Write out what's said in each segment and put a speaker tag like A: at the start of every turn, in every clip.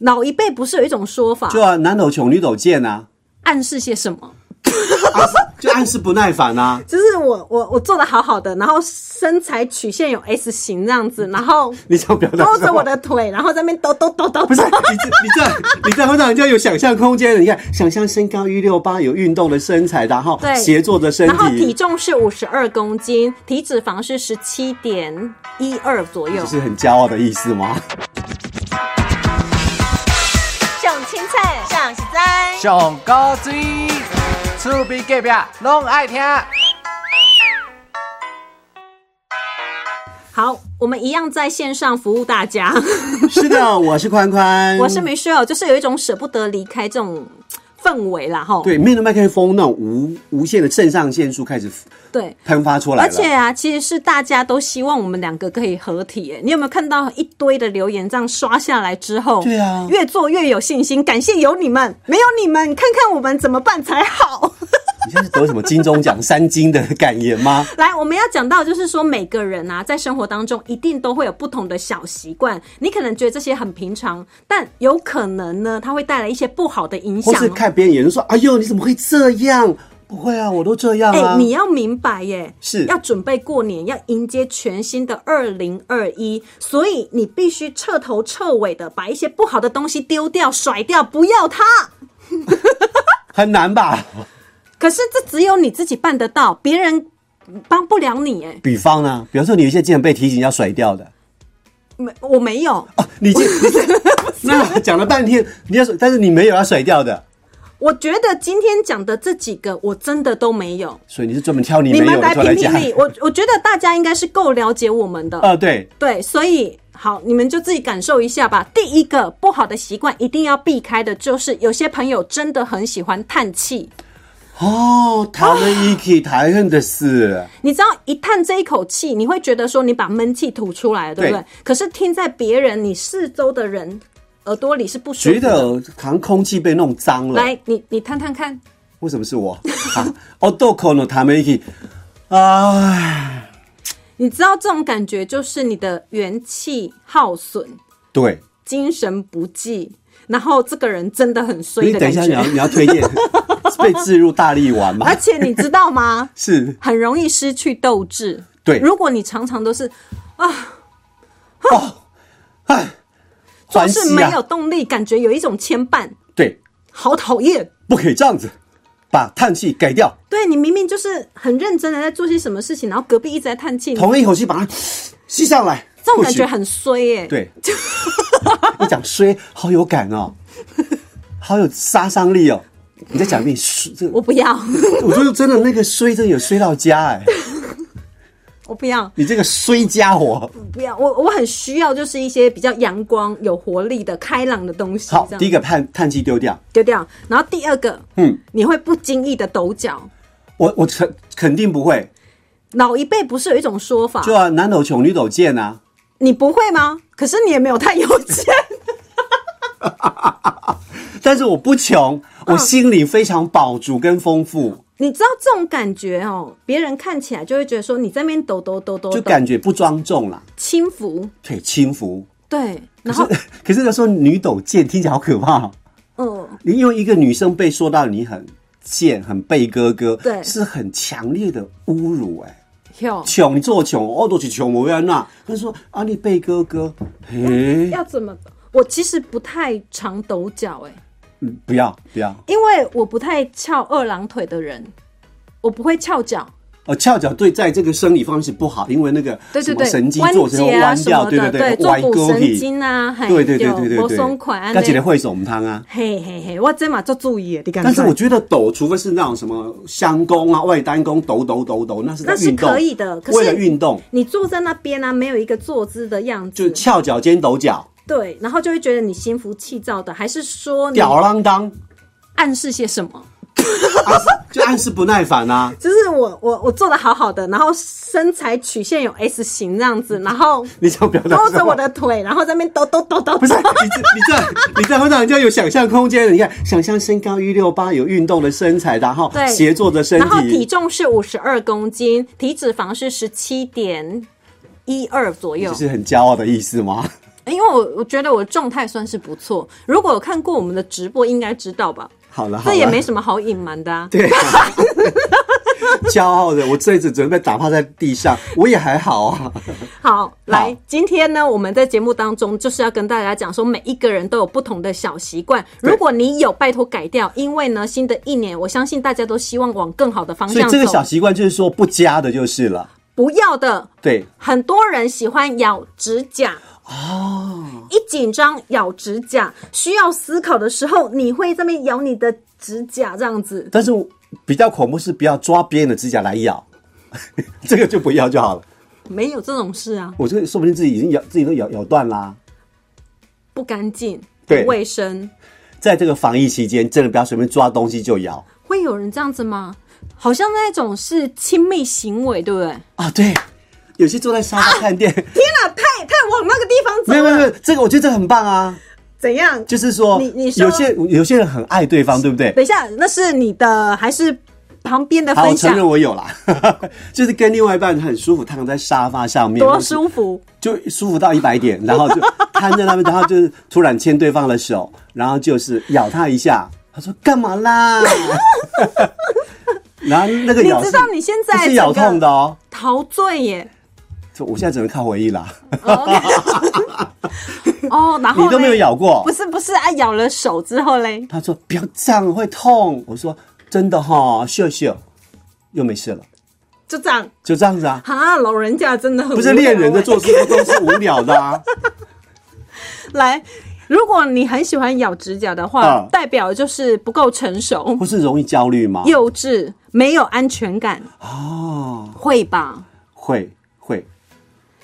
A: 老一辈不是有一种说法，
B: 就啊，男抖穷，女抖贱啊，
A: 暗示些什么？
B: 暗示就暗示不耐烦啊。
A: 就是我我我做的好好的，然后身材曲线有 S 型这样子，然后
B: 你想表达
A: 勾
B: 什
A: 着
B: 么
A: 我的腿，然后在那边抖抖抖抖，
B: 不是你这 你这你这会让人家有想象空间的。你看，想象身高一六八，有运动的身材，然后
A: 对
B: 协作的身
A: 然后体
B: 体，
A: 重是五十二公斤，体脂肪是十七点一二左右
B: 就。是很骄傲的意思 吗？
A: 上青菜，上实在，
C: 上高水，厝边隔壁拢爱听。
A: 好，我们一样在线上服务大 家。
B: 是的，我是宽宽，
A: 我是 Michelle，就是有一种舍不得离开这种氛围啦，哈。
B: 对面对麦克风那种无无限的肾上腺素开始
A: 对。
B: 喷发出来
A: 而
B: 了，
A: 且啊，其实是大家都希望我们两个可以合体耶。你有没有看到一堆的留言这样刷下来之后？
B: 对啊
A: 越做越有信心，感谢有你们，没有你们，看看我们怎么办才好。
B: 你现在是得什么金钟奖三金的感言 吗？
A: 来，我们要讲到就是说，每个人啊，在生活当中一定都会有不同的小习惯。你可能觉得这些很平常，但有可能呢，它会带来一些不好的影响哦
B: 或。是看别人眼就说：“哎呦，你怎么会这样？”不会啊，我都这样
A: 哎、
B: 啊。
A: 你要明白耶，
B: 是
A: 要准备过年，要迎接全新的二零二一，所以你必须彻头彻尾的把一些不好的东西丢掉、甩掉，不要它。
B: 很难吧？
A: 可是这只有你自己办得到，别人帮不了你。哎，
B: 比方呢，比方说你有一些技能被提醒要甩掉的，
A: 没，我没有，
B: 哦，你这你这那讲了半天，你要甩，但是你没有要甩掉的，
A: 我觉得今天讲的这几个，我真的都没有。
B: 所以你是专门挑你
A: 你
B: 没
A: 们
B: 有的
A: 来
B: 出
A: 评
B: 来讲
A: 评。理，我我觉得大家应该是够了解我们的，
B: 啊，对，
A: 对，所以好，你们就自己感受一下吧。第一个不好的习惯一定要避开的，就是有些朋友真的很喜欢叹气，
B: 哦，他们一起谈论的是，
A: 你知道一叹这一口气，你会觉得说你把闷气吐出来了，对不对？
B: 对
A: 可是听在别人你四周的人耳朵里是不舒服
B: 觉
A: 的。
B: 得好像空气被弄脏了。
A: 来，你你探探看，
B: 为什么是我？ 啊，哦，豆蔻呢？他们一起，哎，
A: 你知道这种感觉就是你的元气耗损，
B: 对，
A: 精神不济，然后这个人真的很衰
B: 你
A: 的
B: 等
A: 感
B: 一
A: 觉。
B: 下，你要你要推荐 被置入大力丸吗
A: 而？且你知道吗？
B: 是，
A: 很容易失去斗志。
B: 对
A: 如果你常常都是
B: 哦，哎，
A: 做
B: 欢
A: 事
B: 喜
A: 没
B: 啊
A: 有，动力，感觉有一种牵绊，
B: 对，
A: 好讨厌。
B: 不可以这样子，把叹气改掉，
A: 对你明明就是很认真的在做些什么事情，然后隔壁一直在叹气，
B: 同一口气把它吸上来，
A: 这种
B: 或
A: 感
B: 许
A: 觉很衰耶、，
B: 对，你讲衰，好有感哦，好有杀伤力哦。你再讲一遍衰，这
A: 我不要，
B: 我觉得真的那个衰，真的有衰到家哎、
A: 我不要，
B: 你这个衰家伙。
A: 不要，我我很需要就是一些比较阳光、有活力的、开朗的东西。
B: 好
A: 这，样
B: 第一个叹叹气丢掉，
A: 丢掉，然后第二个，
B: 嗯，
A: 你会不经意的抖脚。
B: 我我肯肯定不会，
A: 老一辈不是有一种说法，
B: 就啊，男抖穷，女抖贱啊。
A: 你不会吗？可是你也没有太有钱。
B: 但是我不穷，
A: 嗯
B: 我心里非常饱足跟丰富，
A: 你知道这种感觉哦，别人看起来就会觉得说你在那边抖抖抖抖抖，
B: 就感觉不庄重啦，
A: 轻浮，
B: 对，轻浮。
A: 对，然后
B: 可是他说女抖贱，听起来好可怕、哦。
A: 嗯，
B: 因为一个女生被说到你很贱、很被哥哥，
A: 对
B: 是很强烈的侮辱、哎，
A: 有
B: 穷做穷，我都是穷我要那。他说啊，你被哥哥，嘿，
A: 要怎么抖？我其实不太常抖脚哎、
B: 嗯不要不要，
A: 因为我不太翘二郎腿的人，我不会翘脚，
B: 呃，翘脚对在这个生理方面是不好，因为那个
A: 对
B: 什
A: 对
B: 么
A: 对，
B: 神经
A: 关
B: 做成
A: 节啊
B: 弯
A: 什
B: 掉，
A: 么
B: 对
A: 的，
B: 对
A: 坐骨
B: 歪勾
A: 神
B: 起
A: 经啊，嘿
B: 对对对对对
A: 有
B: 对，
A: 不松快啊，
B: 那几个会手唔汤啊。
A: 嘿嘿嘿，我这嘛做注意的，你敢不敢？
B: 但是我觉得抖，除非是那种什么香功啊、外单功抖抖抖抖，那是在
A: 那是
B: 运动
A: 可以的可是
B: 为了运动，
A: 你坐在那边啊，没有一个坐姿的样
B: 就
A: 子，
B: 翘脚尖抖脚，
A: 对，然后就会觉得你心浮气躁的，还是说你
B: 吊儿郎当，
A: 暗示些什么？
B: 暗示就暗示不耐烦啊。
A: 就是我我我做的好好的，然后身材曲线有 S 型这样子，然 后
B: 你想表达
A: 勾
B: 什
A: 着
B: 么
A: 我的腿，然后在那边抖抖抖抖，
B: 不是 你这你这你这会让人家有想象空间的。你看，想象身高一六八，有运动的身材，然后
A: 对
B: 协作的身
A: 然后体
B: 体，
A: 重是五十二公斤，体脂肪是十七点一二左右
B: 就。是很骄傲的意思吗？
A: 因为我我觉得我的状态算是不错。如果有看过我们的直播，应该知道吧？
B: 好了，好
A: 这
B: 了，
A: 也没什么好隐瞒的啊。
B: 对、 啊，骄傲的，我这一次准备打趴在地上，我也还好啊。
A: 好，来，今天呢，我们在节目当中就是要跟大家讲说，每一个人都有不同的小习惯，如果你有，拜托改掉，因为呢，新的一年，我相信大家都希望往更好的方
B: 所以
A: 向
B: 这个小
A: 走，
B: 习惯就是说不加的就是了。
A: 不要的。
B: 对，
A: 很多人喜欢咬指甲，
B: 哦，
A: 一紧张咬指甲，需要思考的时候，你会这边咬你的指甲这样子。
B: 但是我比较恐怖是不要抓别人的指甲来咬， 这个就不要就好了。
A: 没有这种事啊，
B: 我这个说不定自己已经咬自己都咬咬断啦、
A: 不干净，不
B: 对
A: 卫生，
B: 在这个防疫期间，真的不要随便抓东西就咬
A: 会有人这样子吗？好像那种是亲密行为，对不对？天
B: 啊！对，有些坐在沙发看店，
A: 哪、太太往那个地方走
B: 没有没有没
A: 了，
B: 有，这个我觉得这个很棒啊。
A: 怎样？
B: 就是说，
A: 你你说
B: 有些有些人很爱对方，对不对？
A: 等一下，那是你的还是旁边的
B: 好，我
A: 分
B: 承
A: 享
B: 认？我有啦， 就是跟另外一半很舒服，躺在沙发上面，
A: 多舒服！
B: 就舒服到一百点，然后 就瘫在那边，然后就是突然牵对方的手，然后就是咬他一下，他说干嘛啦？ 然后那个
A: 你
B: 咬是
A: 知道你现在
B: 不是咬
A: 整个
B: 痛的哦，
A: 陶醉耶。
B: 就我现在只能靠回忆啦。
A: 哦哦，然后
B: 你都没有
A: 嘞
B: 咬过
A: 不？是不是啊，咬了手之后嘞，
B: 他说不要这样会痛。我说真的哈、秀秀又没事了，
A: 就这样。
B: 就这样 子啊。
A: 哈，老人家真的很
B: 不是
A: 无聊
B: 恋人的
A: 欸
B: 做出的都是无聊 的啊。
A: 来，如果你很喜欢咬指甲的话，
B: 啊
A: 代表就是不够成熟、
B: 不是容易焦虑吗？
A: 幼稚、没有安全感，
B: 哦，
A: 会吧？
B: 会会，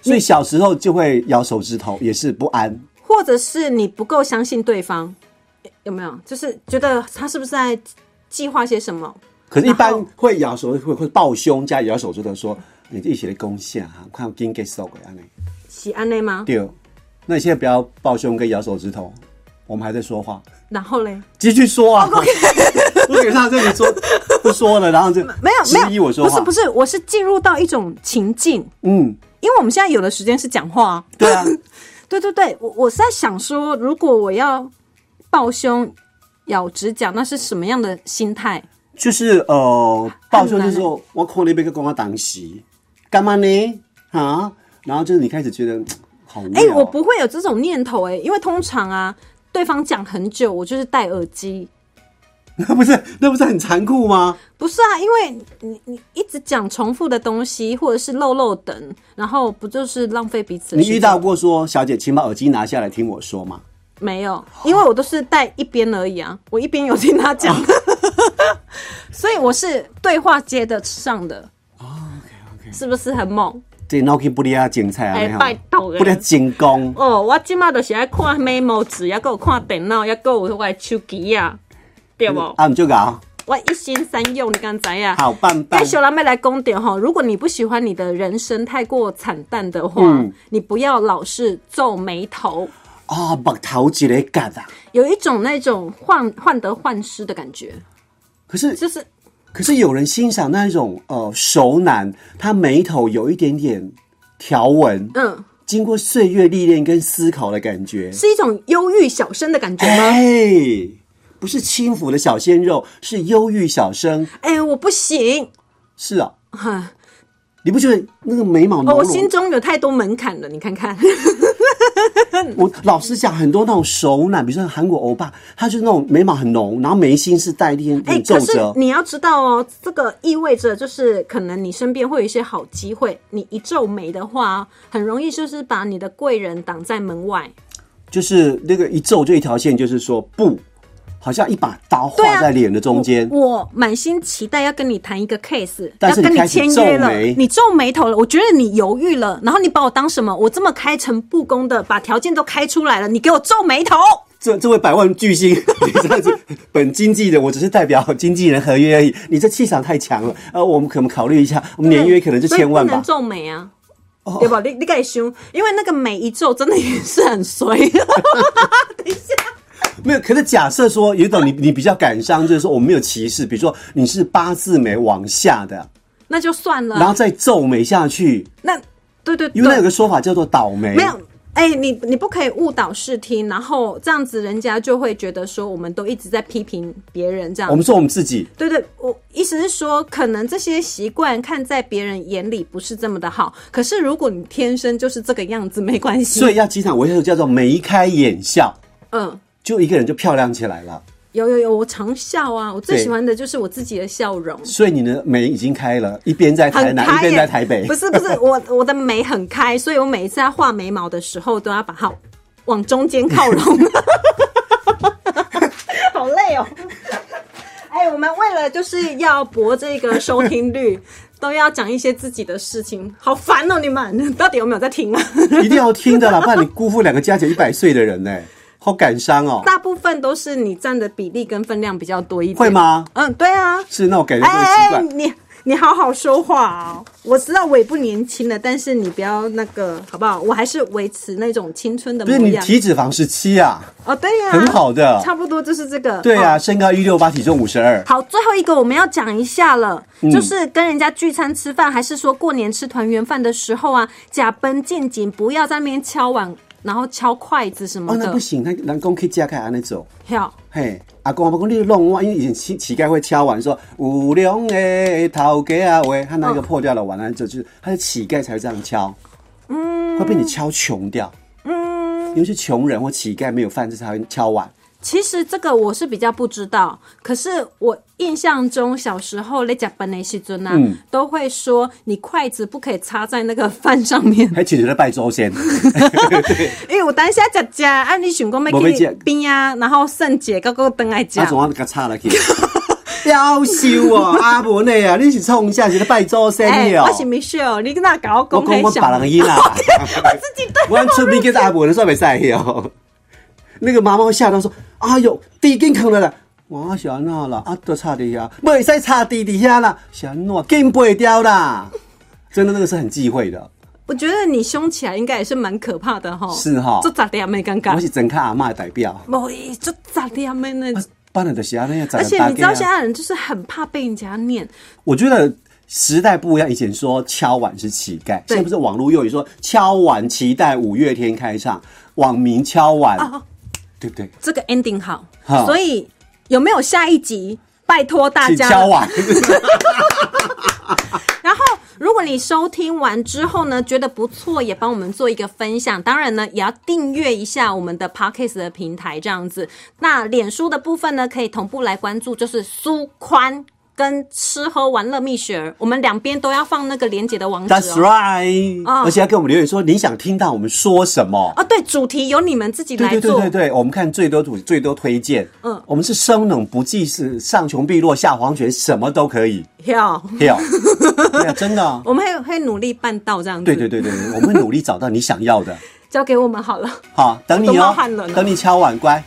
B: 所以小时候就会咬手指头，也是不安。
A: 或者是你不够相信对方，诶有没有？就是觉得他是不是在计划些什么？
B: 可是，一
A: 然
B: 般
A: 后
B: 会咬手会会抱胸加咬手指头说，你一起的攻陷哈，看我今给手给安内
A: 喜安内吗？
B: 啊对，那你现在不要抱胸跟咬手指头，我们还在说话，
A: 然后嘞，
B: 继续说啊。
A: 哦
B: 我给他这里说不说了，然后就
A: 没有
B: 质
A: 没
B: 疑
A: 有，
B: 我说
A: 不
B: 话，
A: 是不是，我是进入到一种情境，
B: 嗯，
A: 因为我们现在有的时间是讲话啊、
B: 对啊，
A: 对对对，我我是在想说，如果我要抱胸、咬指甲，那是什么样的心态？
B: 就是呃，抱
A: 很
B: 胸
A: 难
B: 就是说我看了一杯个光光当席，干嘛呢？啊，然后就是你开始觉得好无聊。
A: 哎、我不会有这种念头哎、因为通常啊，对方讲很久，我就是戴耳机。
B: 那不是那不是很残酷吗？
A: 不是啊，因为你你一直讲重复的东西，或者是漏漏等，然后不就是浪费彼此的时
B: 你
A: 间？
B: 遇到过说小姐，请把耳机拿下来听我说吗？
A: 没有？因为我都是戴一边而已啊，我一边有听他讲， 所以我是对话接得上的，
B: 哦
A: 是不是很猛？
B: 这脑筋不离啊，精彩啊，
A: 哎
B: 你好
A: 拜托欸
B: 不离精工。
A: 哦，我即马就是爱看 memo 纸，还有看电脑，还有我的手机啊，对不？
B: 啊，你就搞
A: 我一心三用，你敢知啊呀？
B: 好棒棒
A: 继。续咱们来讲点哈，如果你不喜欢你的人生太过惨淡的话，
B: 嗯
A: 你不要老是皱眉头，
B: 啊，木头一个夹啊！
A: 有一种那种患患得患失的感觉，
B: 可是
A: 就是
B: 可是有人欣赏那一种呃熟男，他眉头有一点点条纹，
A: 嗯，
B: 经过岁月历练跟思考的感觉。
A: 是一种忧郁小生的感觉吗？哎、
B: 哎，不是轻浮的小鲜肉，是忧郁小生。
A: 哎我不行，
B: 是啊，
A: 哈
B: 你不觉得那个眉毛浓嗯
A: 哦，
B: 浓？
A: 我心中有太多门槛了，你看看，
B: 我老实讲，很多那种熟男，比如说韩国欧巴，他就是那种眉毛很浓，然后眉心是带一点
A: 哎、
B: 点皱
A: 可是
B: 褶。
A: 你要知道哦，这个意味着就是可能你身边会有一些好机会，你一皱眉的话，很容易就是把你的贵人挡在门外。
B: 就是那个一皱就一条线，就是说不，好像一把刀
A: 对啊
B: 划在脸的中间。
A: 我我满心期待要跟你谈一个 case，
B: 但
A: 要
B: 是
A: 跟
B: 你开始
A: 签约
B: 皱
A: 了
B: 眉，
A: 你皱眉头了，我觉得你犹豫了，然后你把我当什么？我这么开诚布公的把条件都开出来了，你给我皱眉头。
B: 这这位百万巨星， 你这样子，本经纪人，我只是代表经纪人合约而已。你这气场太强了，呃，我们可能考虑一下，我们年约可能就
A: 所以
B: 千万
A: 不能
B: 吧。哦
A: 皱眉啊。对吧？你你敢凶，因为那个每一皱真的也是很 衰。
B: 没有，可是假设说，有一种你你比较感伤，就是说我没有歧视，比如说你是八字眉往下的，
A: 那就算了啊。
B: 然后再皱眉下去，
A: 那对对对，
B: 因为那有个说法叫做倒眉。
A: 没有，哎、你你不可以误导视听，然后这样子人家就会觉得说我们都一直在批评别人这样
B: 我们说我们自己，
A: 对对，我意思是说，可能这些习惯看在别人眼里不是这么的好，可是如果你天生就是这个样子，没关系
B: 所。以要机场维护叫做眉开眼笑，
A: 嗯，
B: 就一个人就漂亮起来了。
A: 有有有，我常笑啊，我最
B: 对
A: 喜欢的就是我自己的笑容。
B: 所以你的眉已经开了，一边在台
A: 很
B: 南，一
A: 开
B: 边
A: 耶，
B: 在台北
A: 不。是不是，我我的眉很开，所以我每一次在画眉毛的时候都要把它往中间靠 拢，好累哦。哎，我们为了就是要博这个收听率，都要讲一些自己的事情，好烦哦！你们到底有没有在听 啊？
B: 一定要听的啦，不然你辜负两个加起来一百岁的人呢、好感伤哦。
A: 大部分都是你占的比例跟分量比较多一点，
B: 会？吗？
A: 嗯，对啊。
B: 是那我感觉这个
A: 哎
B: 奇
A: 哎，
B: 怪。
A: 你你好好说话哦！我知道我也不年轻了，但是你不要那个好不好？我还是维持那种青春的
B: 不是
A: 模
B: 你
A: 样。
B: 体脂肪十七啊，
A: 哦，对呀、
B: 很好的
A: 差不啊多就是这个。
B: 对啊，
A: 哦
B: 身高一六八，体重五十二，
A: 好，最后一个我们要讲一下了，
B: 嗯
A: 就是跟人家聚餐吃饭，还是说过年吃团圆饭的时候啊，假奔近景，不要在那边敲碗，然后敲筷子什么
B: 哦，那
A: 的
B: 不。行，那人公可以加开安那走。
A: 好、
B: 嘿，阿公阿婆讲你弄我，因为以前乞乞丐会敲碗说五两诶头家啊喂，他拿一个破掉的碗，然后就就是他是乞丐才会这样敲，嗯，会被你敲穷掉，嗯，因为是穷人或乞丐没有饭吃才会敲碗。
A: 其实这个我是比较不知道，可是我印象中小时候在讲本内西尊啊，
B: 嗯
A: 都会说你筷子不可以插在那个饭上 面，
B: 还请求在拜周先，
A: 因为我当下讲讲，啊你想讲要
B: 没要
A: 去
B: 吃
A: 边啊，然后圣姐刚刚等来啊
B: 他
A: 讲，
B: 啊总要给他 插了去。夭寿哦，阿伯内啊，你是冲一下是在拜祖先
A: 哎、
B: 的哦
A: 我。是没事哦，你跟那搞
B: 我
A: 公
B: 讲我
A: 开
B: 把
A: 想，
B: 人伊啦，
A: 我自己对
B: 我出边跟阿伯的算袂使去哦。那个妈妈会吓到说：“哎呦，地根坑了啦！”我是安那啦，啊，都插底下，袂使插地底下啦，是安怎根背掉啦。真的，那个是很忌讳的。
A: 我觉得你凶起来应该也是蛮可怕的哈、
B: 是哈
A: 这咋的也没尴
B: 我
A: 尬，
B: 是真看阿妈的代表，
A: 没这咋的也没那。
B: 办了的是安那啊样，
A: 而且你知道现
B: 在，
A: 在人就是很怕被人家念，
B: 我觉得时代不一样，以前说敲碗是乞丐，
A: 对
B: 现在不是网络用语说敲碗期待五月天开唱，网民敲碗，
A: 哦
B: 对不对？
A: 这个 ending 好，
B: 好
A: 所以有没有下一集？拜托大
B: 请
A: 家。
B: 敲 碗。
A: 然后，如果你收听完之后呢，觉得不错，也帮我们做一个分享。当然呢，也要订阅一下我们的 podcast 的平台，这样子。那脸书的部分呢，可以同步来关注，就是苏宽。跟吃喝玩乐蜜雪儿，我们两边都要放那个连接的网址
B: That's
A: 哦。
B: right，、
A: 哦
B: 而且要给我们留言说你想听到我们说什么。
A: 哦，对，主题由你们自己
B: 对
A: 来
B: 对
A: 做。
B: 对对对，我们看最多主最多推荐，
A: 嗯
B: 嗯，我们是生冷不忌，是上穷碧落下黄泉，什么都可以，
A: 哟
B: 对哦对啊，真的哦、
A: 我们会会努力办到这样子。
B: 对对对对，我们会努力找到你想要的，
A: 交给我们好了。
B: 好，等你
A: 都冒
B: 哦
A: 汗了呢，
B: 等你敲碗乖，